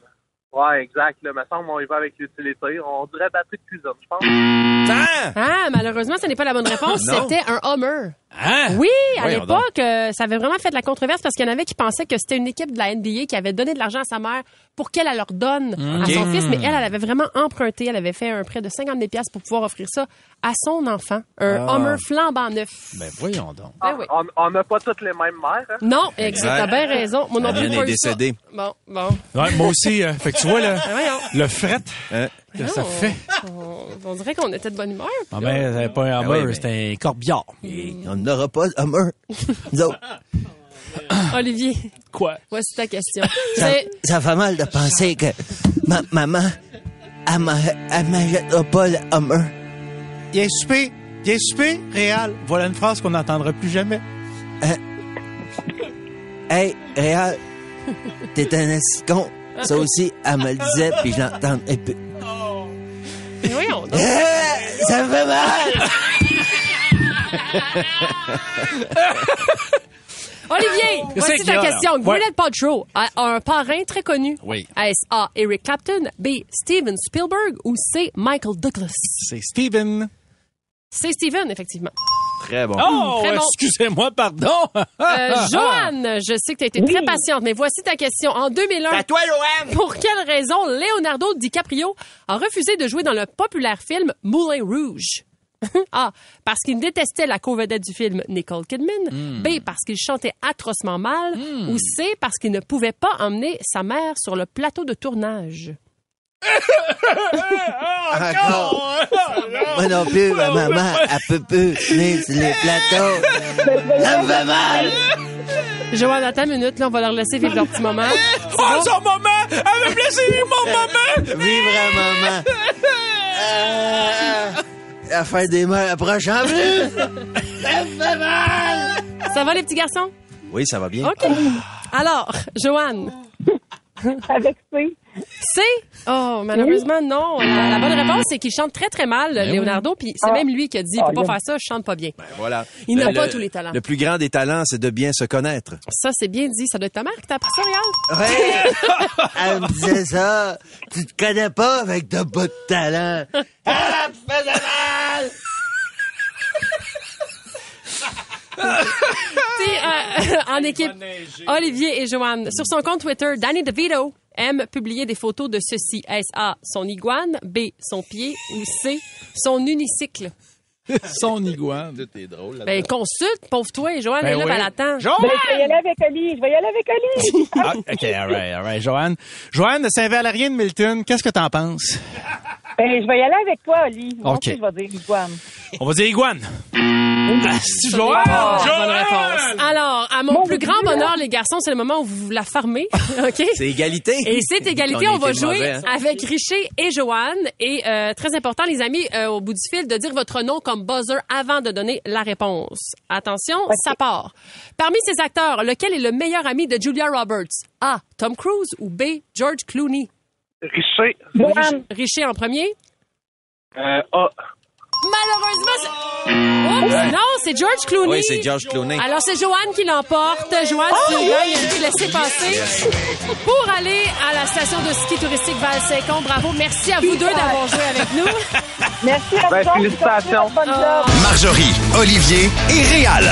[SPEAKER 15] Ouais, exact. Là. Me semble qu'on y va avec l'utilité. On dirait batterie de cuisine, je pense.
[SPEAKER 12] Hmm.
[SPEAKER 4] Ah, malheureusement, ce n'est pas
[SPEAKER 5] (laughs)
[SPEAKER 4] la bonne réponse.
[SPEAKER 15] Non.
[SPEAKER 4] C'était un Hummer.
[SPEAKER 12] Hein?
[SPEAKER 4] Oui, à
[SPEAKER 12] Voyons
[SPEAKER 4] l'époque, euh, ça avait vraiment fait de la controverse parce qu'il y en avait qui pensaient que c'était une équipe de la NBA qui avait donné de l'argent à sa mère pour qu'elle elle leur donne à
[SPEAKER 12] Ok. Hmm.
[SPEAKER 4] son fils, mais elle, elle avait vraiment emprunté, elle avait fait un prêt de 50 000 piastres pour pouvoir offrir ça à son enfant, un
[SPEAKER 12] Ah.
[SPEAKER 4] Hummer flambant neuf.
[SPEAKER 12] Ben, voyons donc.
[SPEAKER 4] Ben oui.
[SPEAKER 15] On- On n'a pas toutes les mêmes mères. Hein?
[SPEAKER 4] Non, exact. T'as bien raison. Mon
[SPEAKER 12] La
[SPEAKER 4] oncle
[SPEAKER 12] mienne est
[SPEAKER 4] pas eu ça.
[SPEAKER 12] décédée.
[SPEAKER 4] Bon, bon.
[SPEAKER 12] Ouais, moi aussi. euh, fait que tu
[SPEAKER 5] (laughs)
[SPEAKER 12] vois, le,
[SPEAKER 4] Ben voyons.
[SPEAKER 12] le fret que ça
[SPEAKER 4] Non,
[SPEAKER 12] fait.
[SPEAKER 4] On, on dirait qu'on était de bonne humeur.
[SPEAKER 12] Ah, ben, c'était pas un hammer,
[SPEAKER 5] oui, mais-
[SPEAKER 12] c'était un corbillard.
[SPEAKER 5] on n'aura pas Hummer.
[SPEAKER 4] Olivier.
[SPEAKER 12] Quoi?
[SPEAKER 4] Voici ta question.
[SPEAKER 16] Ça,
[SPEAKER 4] C'est-
[SPEAKER 16] ça fait mal de penser que ma maman, elle m'a- elle m'achètera pas le Hummer.
[SPEAKER 12] Il est soupé, il est soupé, Réal. Voilà une phrase qu'on n'entendra plus jamais.
[SPEAKER 16] Hey, Réal, t'es un esti de con. Ça aussi, elle me le disait, puis je l'entendais plus.
[SPEAKER 4] Mais voyons donc.
[SPEAKER 16] Ah, ça me fait mal!
[SPEAKER 4] (laughs) Olivier,
[SPEAKER 12] Qu'est-ce
[SPEAKER 4] voici
[SPEAKER 12] qu'il y
[SPEAKER 4] ta
[SPEAKER 12] a, là?
[SPEAKER 4] question.
[SPEAKER 12] Ouais.
[SPEAKER 4] Gwyneth Paltrow a a un parrain très connu.
[SPEAKER 12] Oui.
[SPEAKER 4] Est-ce A. Eric Clapton, B. Steven Spielberg ou C. Michael Douglas?
[SPEAKER 12] C'est Steven.
[SPEAKER 4] C'est Steven, effectivement.
[SPEAKER 12] Très bon.
[SPEAKER 4] Mm,
[SPEAKER 12] Oh,
[SPEAKER 4] très bon.
[SPEAKER 12] excusez-moi, pardon.
[SPEAKER 4] Euh, Joanne, je sais que tu as été très patiente, mais voici ta question. En 2001,
[SPEAKER 12] C'est à toi, Joanne.
[SPEAKER 4] pour quelle raison Leonardo DiCaprio a refusé de jouer dans le populaire film Moulin Rouge? (laughs) A. Parce qu'il détestait la co-vedette du film Nicole Kidman. B. Parce qu'il chantait atrocement mal. Ou C. Parce qu'il ne pouvait pas emmener sa mère sur le plateau de tournage.
[SPEAKER 16] Encore. Moi non plus, ma maman, elle peut plus venir sur les plateaux. Ça me fait mal.
[SPEAKER 4] Joanne, attends une minute, là, on va leur laisser vivre leur petit moment.
[SPEAKER 12] Oh, son moment! Elle me laisser vivre mon moment!
[SPEAKER 16] Vivre un moment. La fête euh, des mères approche en plus.
[SPEAKER 4] Ça va, les petits garçons?
[SPEAKER 5] Oui, ça va bien.
[SPEAKER 4] OK. Alors, Joanne. Ah. Avec C. C? Oh, malheureusement, non. La, la bonne réponse, c'est qu'il chante très, très mal,
[SPEAKER 12] Ben
[SPEAKER 4] Leonardo, puis c'est même lui qui a dit, il peut pas faire ça, je chante pas bien.
[SPEAKER 5] Voilà.
[SPEAKER 4] Il n'a
[SPEAKER 5] Le-
[SPEAKER 4] pas
[SPEAKER 5] le-
[SPEAKER 4] tous les talents.
[SPEAKER 5] Le plus grand des talents, c'est de bien se connaître.
[SPEAKER 4] Ça, c'est bien dit. Ça doit être ta mère qui t'a appris ça,
[SPEAKER 12] Ah.
[SPEAKER 4] regarde.
[SPEAKER 16] Ouais. Elle me disait ça. Tu te connais pas avec de beaux talents. Ah, tu fais mal.
[SPEAKER 4] T'es, euh, (laughs) en équipe, Olivier et Joanne. Sur son compte Twitter, Danny DeVito aime publier des photos de ceci. S. A. Son iguane. B. Son pied. Ou C. Son unicycle.
[SPEAKER 12] (laughs) Son iguane. T'es drôle.
[SPEAKER 4] Ben, consulte, pauvre toi, Joanne,
[SPEAKER 12] Ben
[SPEAKER 4] est
[SPEAKER 12] oui.
[SPEAKER 4] là, ben, elle attend.
[SPEAKER 12] Joanne!
[SPEAKER 11] Je vais y aller avec Oli. Je vais y aller avec
[SPEAKER 9] (laughs)
[SPEAKER 11] Oli.
[SPEAKER 12] Ah, OK, all right, all right. Joanne. Joanne de Saint-Valérien de Milton, qu'est-ce que t'en penses?
[SPEAKER 11] ben, je vais y aller avec toi, Oli. Moi
[SPEAKER 12] OK.
[SPEAKER 11] aussi, je vais dire Iguane.
[SPEAKER 12] On va dire iguane. Ah, c'est Joanne!
[SPEAKER 4] Ah, bonne
[SPEAKER 12] Joanne!
[SPEAKER 4] réponse. Alors, à mon plus grand bonheur, les garçons, c'est le moment où vous la farmez. (laughs) OK?
[SPEAKER 5] C'est égalité.
[SPEAKER 4] Et c'est égalité, on,
[SPEAKER 5] a
[SPEAKER 4] va
[SPEAKER 5] été
[SPEAKER 4] jouer
[SPEAKER 5] mauvais, hein.
[SPEAKER 4] avec Richer et Joanne. Et euh, très important, les amis, euh, au bout du fil, de dire votre nom comme buzzer avant de donner la réponse. Attention, ça part. Parmi ces acteurs, lequel est le meilleur ami de Julia Roberts? A. Tom Cruise ou B. George Clooney?
[SPEAKER 15] Richer.
[SPEAKER 4] Richer, Richer en premier.
[SPEAKER 15] Euh,
[SPEAKER 12] oh.
[SPEAKER 15] ah.
[SPEAKER 4] Malheureusement, c'est... Oups, non, c'est George Clooney.
[SPEAKER 5] Oui, c'est George Clooney.
[SPEAKER 4] Alors, c'est Joanne qui l'emporte. Joanne,
[SPEAKER 12] Oh,
[SPEAKER 4] c'est une gagne, elle a dû laisser passer pour aller à la station de ski touristique val saint Bravo, merci à vous deux d'avoir joué avec nous.
[SPEAKER 11] Merci à
[SPEAKER 2] Ben,
[SPEAKER 11] vous. autres.
[SPEAKER 2] félicitations.
[SPEAKER 11] Bonne job.
[SPEAKER 2] Marjorie, Olivier et Réal.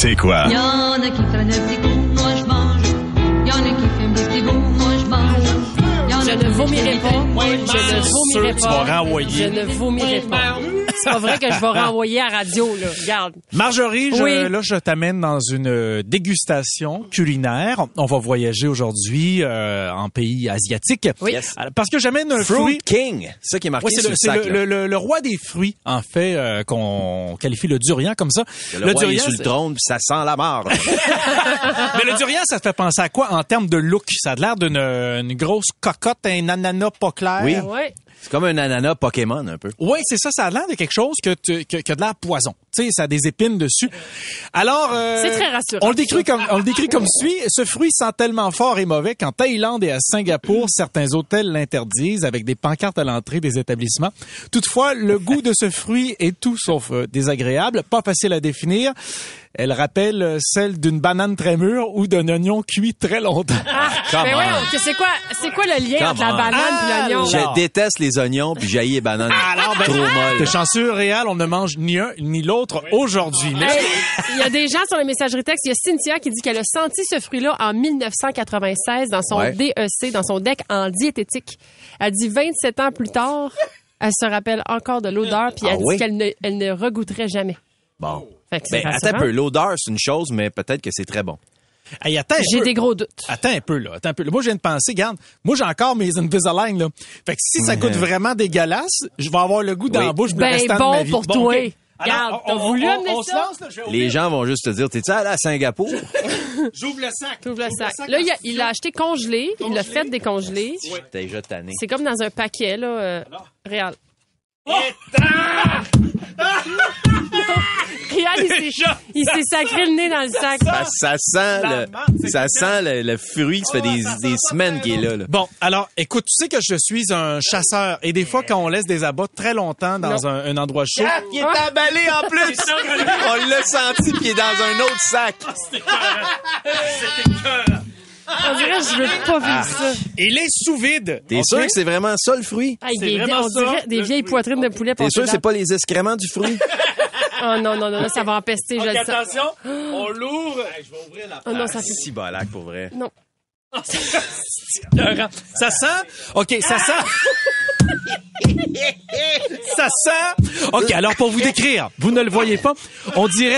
[SPEAKER 2] C'est quoi?
[SPEAKER 17] Y en a qui prennent un petit coup, moi je mange. Y en a qui fait un petit bout, moi je mange. Y en a
[SPEAKER 4] Oh, Je ne vomirai pas. Je ne vomirai
[SPEAKER 12] Sûr, tu vas
[SPEAKER 4] pas.
[SPEAKER 12] renvoyer. ben
[SPEAKER 4] Je ne vomirai pas. C'est pas vrai que je
[SPEAKER 12] (laughs)
[SPEAKER 4] vais renvoyer à radio, là. Regarde.
[SPEAKER 12] Marjorie, je-
[SPEAKER 4] Oui.
[SPEAKER 12] là, je t'amène dans une euh, dégustation culinaire. On va voyager aujourd'hui euh, en pays asiatique.
[SPEAKER 5] Oui. Yes.
[SPEAKER 12] Alors, Parce que j'amène un
[SPEAKER 5] Fruit
[SPEAKER 12] fruit.
[SPEAKER 5] King. C'est ça qui est marqué
[SPEAKER 12] Ouais, c'est
[SPEAKER 5] sur
[SPEAKER 12] le,
[SPEAKER 5] le
[SPEAKER 12] c'est
[SPEAKER 5] sac,
[SPEAKER 12] le-
[SPEAKER 5] là.
[SPEAKER 12] le- le- le roi des fruits, en fait, euh, qu'on qualifie le durian comme ça.
[SPEAKER 5] Le, roi
[SPEAKER 12] durian,
[SPEAKER 5] est sur
[SPEAKER 12] c'est-
[SPEAKER 5] le trône, puis ça sent la mort.
[SPEAKER 12] Mais le durian, ça te fait penser à quoi en termes de look? Ça a l'air d'une euh, une grosse cocotte, un ananas pas clair.
[SPEAKER 5] Oui. (laughs)
[SPEAKER 4] Ben
[SPEAKER 5] C'est comme un ananas Pokémon, un peu.
[SPEAKER 12] Oui, c'est ça, ça a l'air de quelque chose que tu- que, qui a de l'air poison. Tu sais, ça a des épines dessus. Alors, euh,
[SPEAKER 4] C'est très rassurant.
[SPEAKER 12] On le décrit comme on le décrit comme suit. Ce fruit sent tellement fort et mauvais qu'en Thaïlande et à Singapour, certains hôtels l'interdisent avec des pancartes à l'entrée des établissements. Toutefois, le goût de ce fruit est tout sauf euh, désagréable, pas facile à définir. Elle rappelle euh, celle d'une banane très mûre ou d'un oignon cuit très longtemps.
[SPEAKER 4] Ah.
[SPEAKER 5] Ah, Come
[SPEAKER 4] Mais
[SPEAKER 5] on.
[SPEAKER 4] ouais, ok, Ben c'est quoi, c'est quoi le lien
[SPEAKER 5] Come
[SPEAKER 4] entre la
[SPEAKER 5] on.
[SPEAKER 4] banane et l'oignon?
[SPEAKER 5] Je Ah, déteste les oignons, puis j'haïs les bananes
[SPEAKER 12] ben,
[SPEAKER 5] trop molles.
[SPEAKER 12] T'es chanceux, Réal, on ne mange ni un ni l'autre aujourd'hui.
[SPEAKER 5] (laughs)
[SPEAKER 12] Mais-
[SPEAKER 4] Hey, Il y a des gens sur les messageries textes. Il y a Cynthia qui dit qu'elle a senti ce fruit-là en 1996 dans son
[SPEAKER 12] Ouais.
[SPEAKER 4] DEC, dans son DEC en diététique. Elle dit 27 ans plus tard, elle se rappelle encore de l'odeur, puis elle
[SPEAKER 5] Ah oui?
[SPEAKER 4] dit qu'elle ne, elle ne regoûterait jamais.
[SPEAKER 5] Bon.
[SPEAKER 4] Fait que c'est
[SPEAKER 5] Ben, attends
[SPEAKER 4] rassurant.
[SPEAKER 5] un peu. L'odeur, c'est une chose, mais peut-être que c'est très bon.
[SPEAKER 12] Hey, attends un
[SPEAKER 4] J'ai
[SPEAKER 12] peu.
[SPEAKER 4] des gros doutes.
[SPEAKER 12] Attends un peu, là. Attends un peu. Moi, je viens de penser, regarde, moi, j'ai encore mes Invisalign, là. Fait que si ça
[SPEAKER 5] Mhm.
[SPEAKER 12] goûte vraiment dégueulasse, je vais avoir le goût dans
[SPEAKER 5] Oui.
[SPEAKER 12] la bouche pour le
[SPEAKER 5] Ben,
[SPEAKER 12] restant
[SPEAKER 5] bon
[SPEAKER 12] de ma vie.
[SPEAKER 5] pour toi.
[SPEAKER 12] OK. Alors,
[SPEAKER 4] Regarde,
[SPEAKER 12] on-
[SPEAKER 4] t'as
[SPEAKER 12] on-
[SPEAKER 4] voulu
[SPEAKER 12] on-
[SPEAKER 4] amener
[SPEAKER 12] on se
[SPEAKER 4] ça?
[SPEAKER 12] lance, là, je vais
[SPEAKER 5] Les gens vont juste te dire, t'es-tu allé à Singapour?
[SPEAKER 12] J'ouvre le sac.
[SPEAKER 4] T'ouvres le sac. Là, il a- il l'a acheté congelé, il l'a fait décongelé.
[SPEAKER 5] T'es déjà tanné.
[SPEAKER 4] C'est comme dans un paquet, là, euh, réel. Réal, il s'est s'est- (laughs) il s'est sacré le nez dans le sac.
[SPEAKER 5] Ben, ça sent le, ça sent le, le fruit, ça fait des, des semaines qu'il est là, là.
[SPEAKER 12] Bon, alors, écoute, tu sais que je suis un chasseur et des fois, quand on laisse des abats très longtemps dans
[SPEAKER 5] Non.
[SPEAKER 12] un, un endroit chaud,
[SPEAKER 5] Ah, il est emballé en plus! On l'a senti, puis il est dans un autre sac.
[SPEAKER 4] On dirait que je veux pas vivre
[SPEAKER 12] Ah.
[SPEAKER 4] ça.
[SPEAKER 12] il est sous vide.
[SPEAKER 5] T'es sûr que c'est vraiment ça, le fruit?
[SPEAKER 4] Hey, des, Ah, on dirait des vieilles poitrines de poulet
[SPEAKER 5] T'es
[SPEAKER 4] passées
[SPEAKER 5] sûr que c'est
[SPEAKER 4] dans-
[SPEAKER 5] pas les excréments du fruit?
[SPEAKER 4] Oh non, non, non, là, ça va
[SPEAKER 12] (laughs)
[SPEAKER 4] empester, je
[SPEAKER 18] Ok,
[SPEAKER 4] le sens.
[SPEAKER 18] attention, on l'ouvre. Hey, je vais ouvrir la
[SPEAKER 4] Oh non, ça fait-
[SPEAKER 5] (laughs) Si balac, pour vrai.
[SPEAKER 4] Non.
[SPEAKER 12] Ça sent? OK, ça sent. ça sent. OK, alors pour vous décrire, vous ne le voyez pas. On dirait.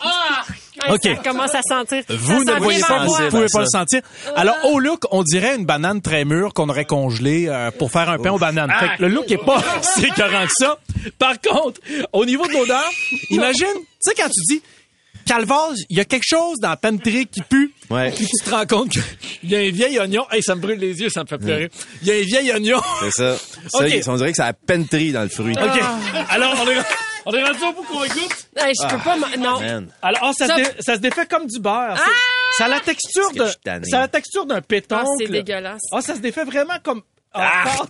[SPEAKER 4] Ah!
[SPEAKER 12] Ok.
[SPEAKER 4] Ça commence à sentir. Ça
[SPEAKER 12] Vous
[SPEAKER 4] sent
[SPEAKER 12] ne le voyez
[SPEAKER 4] bien
[SPEAKER 12] pas,
[SPEAKER 4] ma
[SPEAKER 12] vous
[SPEAKER 4] voix.
[SPEAKER 12] ne pouvez pas le sentir. Alors, au look, on dirait une banane très mûre qu'on aurait congelée euh, pour faire un pain aux bananes. Fait que le
[SPEAKER 5] Ah.
[SPEAKER 12] look est pas (laughs) si écœurant que ça. Par contre, au niveau
[SPEAKER 5] (laughs)
[SPEAKER 12] de l'odeur, imagine, tu sais, quand tu dis Calvage, il y a quelque chose dans la penderie qui pue, puis tu te rends compte qu'il y a un vieil oignon. Hey, ça me brûle les yeux, ça me fait pleurer. Il y a un vieil oignon.
[SPEAKER 5] C'est ça. Ah. Ça,
[SPEAKER 12] Ok. Oh.
[SPEAKER 5] ils- On dirait que ça a pentré dans le fruit.
[SPEAKER 12] (laughs) OK. Alors, on est,
[SPEAKER 18] on est rendu au bout qu'on goûte.
[SPEAKER 4] Hey, je peux
[SPEAKER 5] Ah,
[SPEAKER 4] pas. ma- Non.
[SPEAKER 5] man.
[SPEAKER 12] Alors, oh, ça,
[SPEAKER 4] Ça-
[SPEAKER 12] Se dé- ça se défait comme du beurre. C'est- Ça a la texture
[SPEAKER 4] Parce que
[SPEAKER 12] de,
[SPEAKER 4] je suis tanné.
[SPEAKER 12] ça a la texture d'un pétoncle.
[SPEAKER 4] Ah, c'est dégueulasse.
[SPEAKER 12] Ah, ça se défait vraiment comme. Ah, fuck.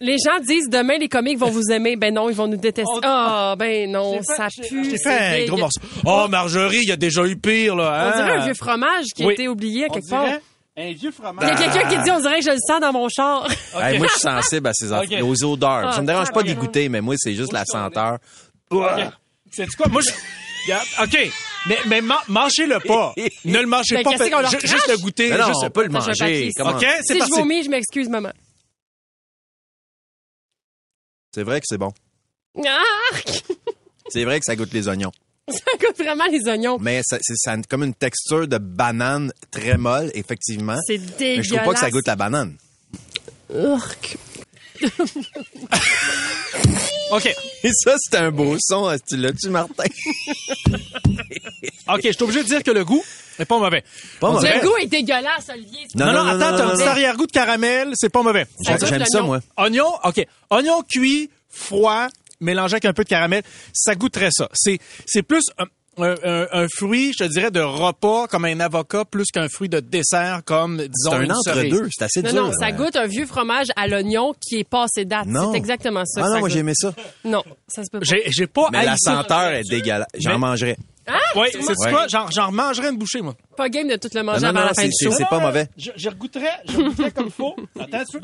[SPEAKER 4] Les gens disent demain les comiques vont vous aimer. Ben non, ils vont nous détester. Ah, ben non, ça pue.
[SPEAKER 12] J'ai
[SPEAKER 4] c'est
[SPEAKER 12] fait un gros
[SPEAKER 4] dégueu.
[SPEAKER 12] morceau. Oh, Marjorie, il y a déjà eu pire,
[SPEAKER 4] On
[SPEAKER 12] là. hein?
[SPEAKER 4] dirait un vieux fromage qui a
[SPEAKER 12] Oui.
[SPEAKER 4] été oublié à
[SPEAKER 12] On
[SPEAKER 4] quelque part.
[SPEAKER 12] dirait Ben,
[SPEAKER 18] Un vieux
[SPEAKER 4] Il y a
[SPEAKER 18] fromage.
[SPEAKER 4] quelqu'un qui dit on dirait que je le sens dans mon char.
[SPEAKER 12] Ah.
[SPEAKER 5] Hey, moi, je suis sensible à ces
[SPEAKER 4] Ok.
[SPEAKER 5] affaires, aux odeurs.
[SPEAKER 4] Ah,
[SPEAKER 5] ça me dérange pas
[SPEAKER 4] ok.
[SPEAKER 5] d'y goûter, mais moi, c'est juste la senteur. Ouah.
[SPEAKER 12] C'est quoi? Moi, je. Regarde, OK. Mais, mais man- mangez-le pas. ne le mangez
[SPEAKER 4] Ben,
[SPEAKER 12] pas.
[SPEAKER 4] qu'est-ce qu'on leur
[SPEAKER 12] Ju-
[SPEAKER 4] crache?
[SPEAKER 12] juste le goûter.
[SPEAKER 5] Mais non,
[SPEAKER 12] juste
[SPEAKER 5] on peut le
[SPEAKER 4] Attends, je vais
[SPEAKER 5] manger.
[SPEAKER 4] pas
[SPEAKER 5] Comment?
[SPEAKER 12] OK, c'est
[SPEAKER 4] Si je
[SPEAKER 12] parti.
[SPEAKER 4] vomis, je m'excuse, maman.
[SPEAKER 5] C'est vrai que c'est bon.
[SPEAKER 4] Arc!
[SPEAKER 5] C'est vrai que ça goûte les oignons.
[SPEAKER 4] Ah! (laughs) Ça goûte vraiment les oignons.
[SPEAKER 5] Mais ça, c'est ça a comme une texture de banane très molle, effectivement.
[SPEAKER 4] C'est dégueulasse.
[SPEAKER 5] Mais je trouve pas que ça goûte la banane. (laughs)
[SPEAKER 4] Urk.
[SPEAKER 12] OK.
[SPEAKER 5] Et ça, c'est un beau son. hein, Tu l'as-tu, Martin?
[SPEAKER 12] OK, je suis obligé de dire que le goût n'est pas mauvais.
[SPEAKER 5] Pas mauvais.
[SPEAKER 4] Le goût est dégueulasse, Olivier.
[SPEAKER 12] Non, non, attends, t'as un petit
[SPEAKER 4] arrière.
[SPEAKER 12] arrière-goût de caramel, c'est pas mauvais.
[SPEAKER 4] J'aime- Ça goûte j'aime ça, l'oignon. moi.
[SPEAKER 12] Oignon, OK. Oignon cuit, froid, mélangé avec un peu de caramel, ça goûterait ça. C'est, c'est plus un, un- un- un fruit, je te dirais, de repas comme un avocat, plus qu'un fruit de dessert comme,
[SPEAKER 5] C'est
[SPEAKER 12] disons,
[SPEAKER 5] un
[SPEAKER 12] une cerise.
[SPEAKER 5] entre-deux. C'est assez
[SPEAKER 4] Non,
[SPEAKER 5] dur.
[SPEAKER 4] non, ça goûte un vieux fromage à l'oignon qui est passé date.
[SPEAKER 5] Non.
[SPEAKER 4] C'est exactement
[SPEAKER 5] Ah
[SPEAKER 4] ça. que
[SPEAKER 5] non,
[SPEAKER 4] ça
[SPEAKER 5] moi,
[SPEAKER 4] goûte.
[SPEAKER 5] j'aimais ça.
[SPEAKER 4] Non, ça se peut pas.
[SPEAKER 12] J'ai, j'ai pas
[SPEAKER 5] Mais
[SPEAKER 12] haï
[SPEAKER 5] la
[SPEAKER 12] ça.
[SPEAKER 5] senteur est dégueulasse. J'en
[SPEAKER 12] Mais-
[SPEAKER 5] mangerais.
[SPEAKER 4] Hein?
[SPEAKER 12] Oui,
[SPEAKER 4] Tu
[SPEAKER 12] c'est
[SPEAKER 5] Ouais.
[SPEAKER 12] quoi? J'en, j'en remangerais une bouchée, moi.
[SPEAKER 4] Pas game de tout le manger
[SPEAKER 5] Non, non,
[SPEAKER 4] avant
[SPEAKER 5] non,
[SPEAKER 4] la fin
[SPEAKER 5] c'est-
[SPEAKER 4] du
[SPEAKER 5] c'est-
[SPEAKER 4] show.
[SPEAKER 5] c'est pas mauvais.
[SPEAKER 12] Je, je regoûterais, je regoûterais comme (laughs) faut. Attends un peu.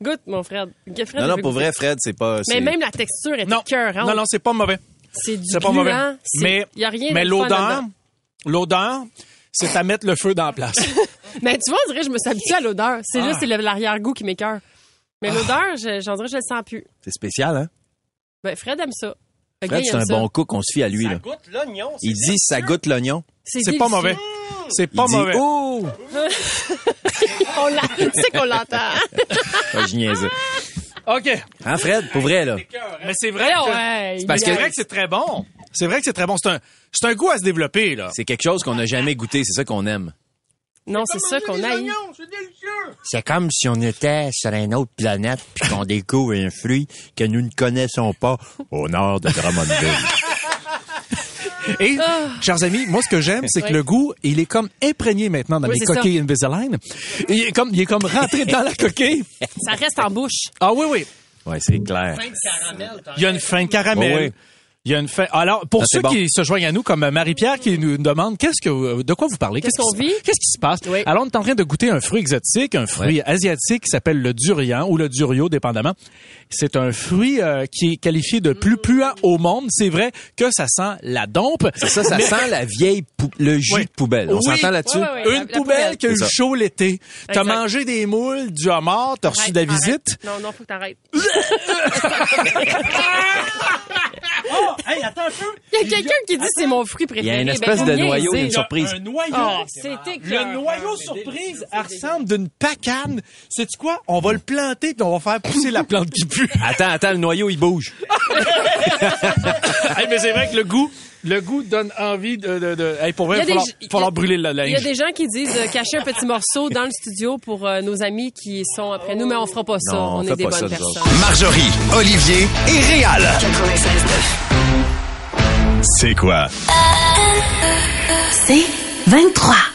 [SPEAKER 4] Goûte, mon Fred. Que Fred
[SPEAKER 5] Non, non,
[SPEAKER 4] veut
[SPEAKER 5] pour
[SPEAKER 4] goûter.
[SPEAKER 5] vrai, Fred, c'est pas.
[SPEAKER 4] Mais
[SPEAKER 5] c'est-
[SPEAKER 4] même la texture est
[SPEAKER 12] Non,
[SPEAKER 4] écœurante.
[SPEAKER 12] non, non, c'est pas mauvais.
[SPEAKER 4] c'est du
[SPEAKER 12] C'est pas mauvais.
[SPEAKER 4] gluant, c'est-
[SPEAKER 12] Mais,
[SPEAKER 4] y a rien
[SPEAKER 12] mais
[SPEAKER 4] de fun
[SPEAKER 12] l'odeur,
[SPEAKER 4] là-dedans.
[SPEAKER 12] l'odeur, c'est à mettre le feu dans la
[SPEAKER 4] (laughs)
[SPEAKER 12] place.
[SPEAKER 4] Mais tu vois, on dirait que je me suis habituée à l'odeur. C'est
[SPEAKER 12] Ah.
[SPEAKER 4] juste c'est le- l'arrière-goût qui m'écœure. Mais l'odeur, je- j'en dirais que je le sens plus.
[SPEAKER 5] C'est spécial, hein?
[SPEAKER 4] Ben, Fred aime ça. Le gars,
[SPEAKER 5] Fred,
[SPEAKER 4] il
[SPEAKER 5] c'est
[SPEAKER 4] aime
[SPEAKER 5] un
[SPEAKER 4] ça.
[SPEAKER 5] bon cook. On se fie à lui,
[SPEAKER 4] Ça
[SPEAKER 5] là.
[SPEAKER 18] goûte l'oignon.
[SPEAKER 5] Il dit, ça goûte l'oignon.
[SPEAKER 4] C'est
[SPEAKER 12] C'est pas
[SPEAKER 4] délicieux.
[SPEAKER 12] mauvais. C'est pas
[SPEAKER 5] Il dit,
[SPEAKER 12] mauvais.
[SPEAKER 5] ouh!
[SPEAKER 4] On l'a- (laughs) Tu sais qu'on l'entend.
[SPEAKER 12] (laughs)
[SPEAKER 5] Ah, je niaise.
[SPEAKER 12] OK.
[SPEAKER 5] Hein, Fred? Pour vrai, là.
[SPEAKER 12] Mais c'est vrai que...
[SPEAKER 4] Eh Ouais,
[SPEAKER 12] C'est parce que-
[SPEAKER 4] il-
[SPEAKER 12] c'est vrai que c'est très bon. C'est vrai que c'est très bon. C'est un, c'est un goût à se développer, là.
[SPEAKER 5] C'est quelque chose qu'on n'a jamais goûté. C'est ça qu'on aime.
[SPEAKER 4] Non, c'est ça qu'on a.
[SPEAKER 18] C'est délicieux.
[SPEAKER 16] C'est comme si on était sur une autre planète puis qu'on découvre un fruit que nous ne connaissons pas au nord de Drummondville.
[SPEAKER 12] Et, chers amis, moi, ce que j'aime, c'est que
[SPEAKER 4] Ouais.
[SPEAKER 12] le goût, il est comme imprégné maintenant dans
[SPEAKER 4] Oui,
[SPEAKER 12] mes
[SPEAKER 4] c'est
[SPEAKER 12] coquilles Invisalign. Il est comme, il est comme rentré dans (laughs) la coquille.
[SPEAKER 4] Ça reste en bouche.
[SPEAKER 12] Ah oui, oui.
[SPEAKER 5] Ouais, c'est clair.
[SPEAKER 12] Il y a une fin de caramel.
[SPEAKER 5] Oui, oui.
[SPEAKER 12] Il y a une fin. Alors, pour
[SPEAKER 5] Ça,
[SPEAKER 12] ceux
[SPEAKER 5] Ah, c'est bon.
[SPEAKER 12] qui se joignent à nous, comme Marie-Pierre qui nous demande qu'est-ce que, de quoi vous parlez,
[SPEAKER 4] Qu'est-ce
[SPEAKER 12] qui
[SPEAKER 4] qu'on
[SPEAKER 12] se-
[SPEAKER 4] vit?
[SPEAKER 12] qu'est-ce qui se passe. Alors, on est en train de goûter un fruit exotique, un fruit asiatique qui s'appelle le durian ou le durio, dépendamment. C'est un fruit euh, qui est qualifié de
[SPEAKER 4] Mm.
[SPEAKER 12] plus puant au monde. C'est vrai que ça sent la dompe.
[SPEAKER 5] Ça, ça
[SPEAKER 12] Mais-
[SPEAKER 5] sent
[SPEAKER 12] (laughs)
[SPEAKER 5] la vieille, pou- le jus
[SPEAKER 12] Oui.
[SPEAKER 5] de poubelle. On
[SPEAKER 12] Oui.
[SPEAKER 5] s'entend là-dessus?
[SPEAKER 4] Ouais, ouais, ouais, la-
[SPEAKER 12] Une
[SPEAKER 4] la
[SPEAKER 12] poubelle qui a eu
[SPEAKER 5] C'est ça.
[SPEAKER 12] chaud l'été. T'as
[SPEAKER 4] Exact.
[SPEAKER 12] mangé des moules, du homard, t'as reçu de la
[SPEAKER 4] Arrête,
[SPEAKER 12] visite.
[SPEAKER 4] arrête. Non, non, faut que t'arrêtes.
[SPEAKER 18] Oh, hey, attends un peu.
[SPEAKER 4] Il y a quelqu'un qui dit c'est mon fruit
[SPEAKER 5] Il
[SPEAKER 4] préféré.
[SPEAKER 5] y a une
[SPEAKER 4] Ben,
[SPEAKER 5] espèce
[SPEAKER 4] vous
[SPEAKER 5] de
[SPEAKER 4] niaisez.
[SPEAKER 5] noyau, il y a une surprise.
[SPEAKER 12] Un noyau.
[SPEAKER 4] Oh, c'était
[SPEAKER 12] Le noyau surprise elle ressemble d'une pacane. C'est tu quoi On va le planter puis on va faire pousser la plante qui pue.
[SPEAKER 5] (laughs) Attends, attends, le noyau, il bouge.
[SPEAKER 12] (laughs) Hey, mais c'est vrai que le goût, le goût donne envie de. de, de- Hey, pour vrai,
[SPEAKER 4] Il y a
[SPEAKER 12] il va
[SPEAKER 4] des- il y a-
[SPEAKER 12] falloir brûler la
[SPEAKER 4] Il y a
[SPEAKER 12] linge.
[SPEAKER 4] des gens qui disent euh, cacher un petit morceau dans le studio pour euh, nos amis qui sont après nous, mais on fera pas ça.
[SPEAKER 5] Non, on
[SPEAKER 4] on
[SPEAKER 5] fait
[SPEAKER 4] est des
[SPEAKER 5] pas
[SPEAKER 4] bonnes
[SPEAKER 5] ça, nous
[SPEAKER 4] personnes.
[SPEAKER 2] Marjorie, Olivier et Réal. C'est quoi?
[SPEAKER 7] C'est 23.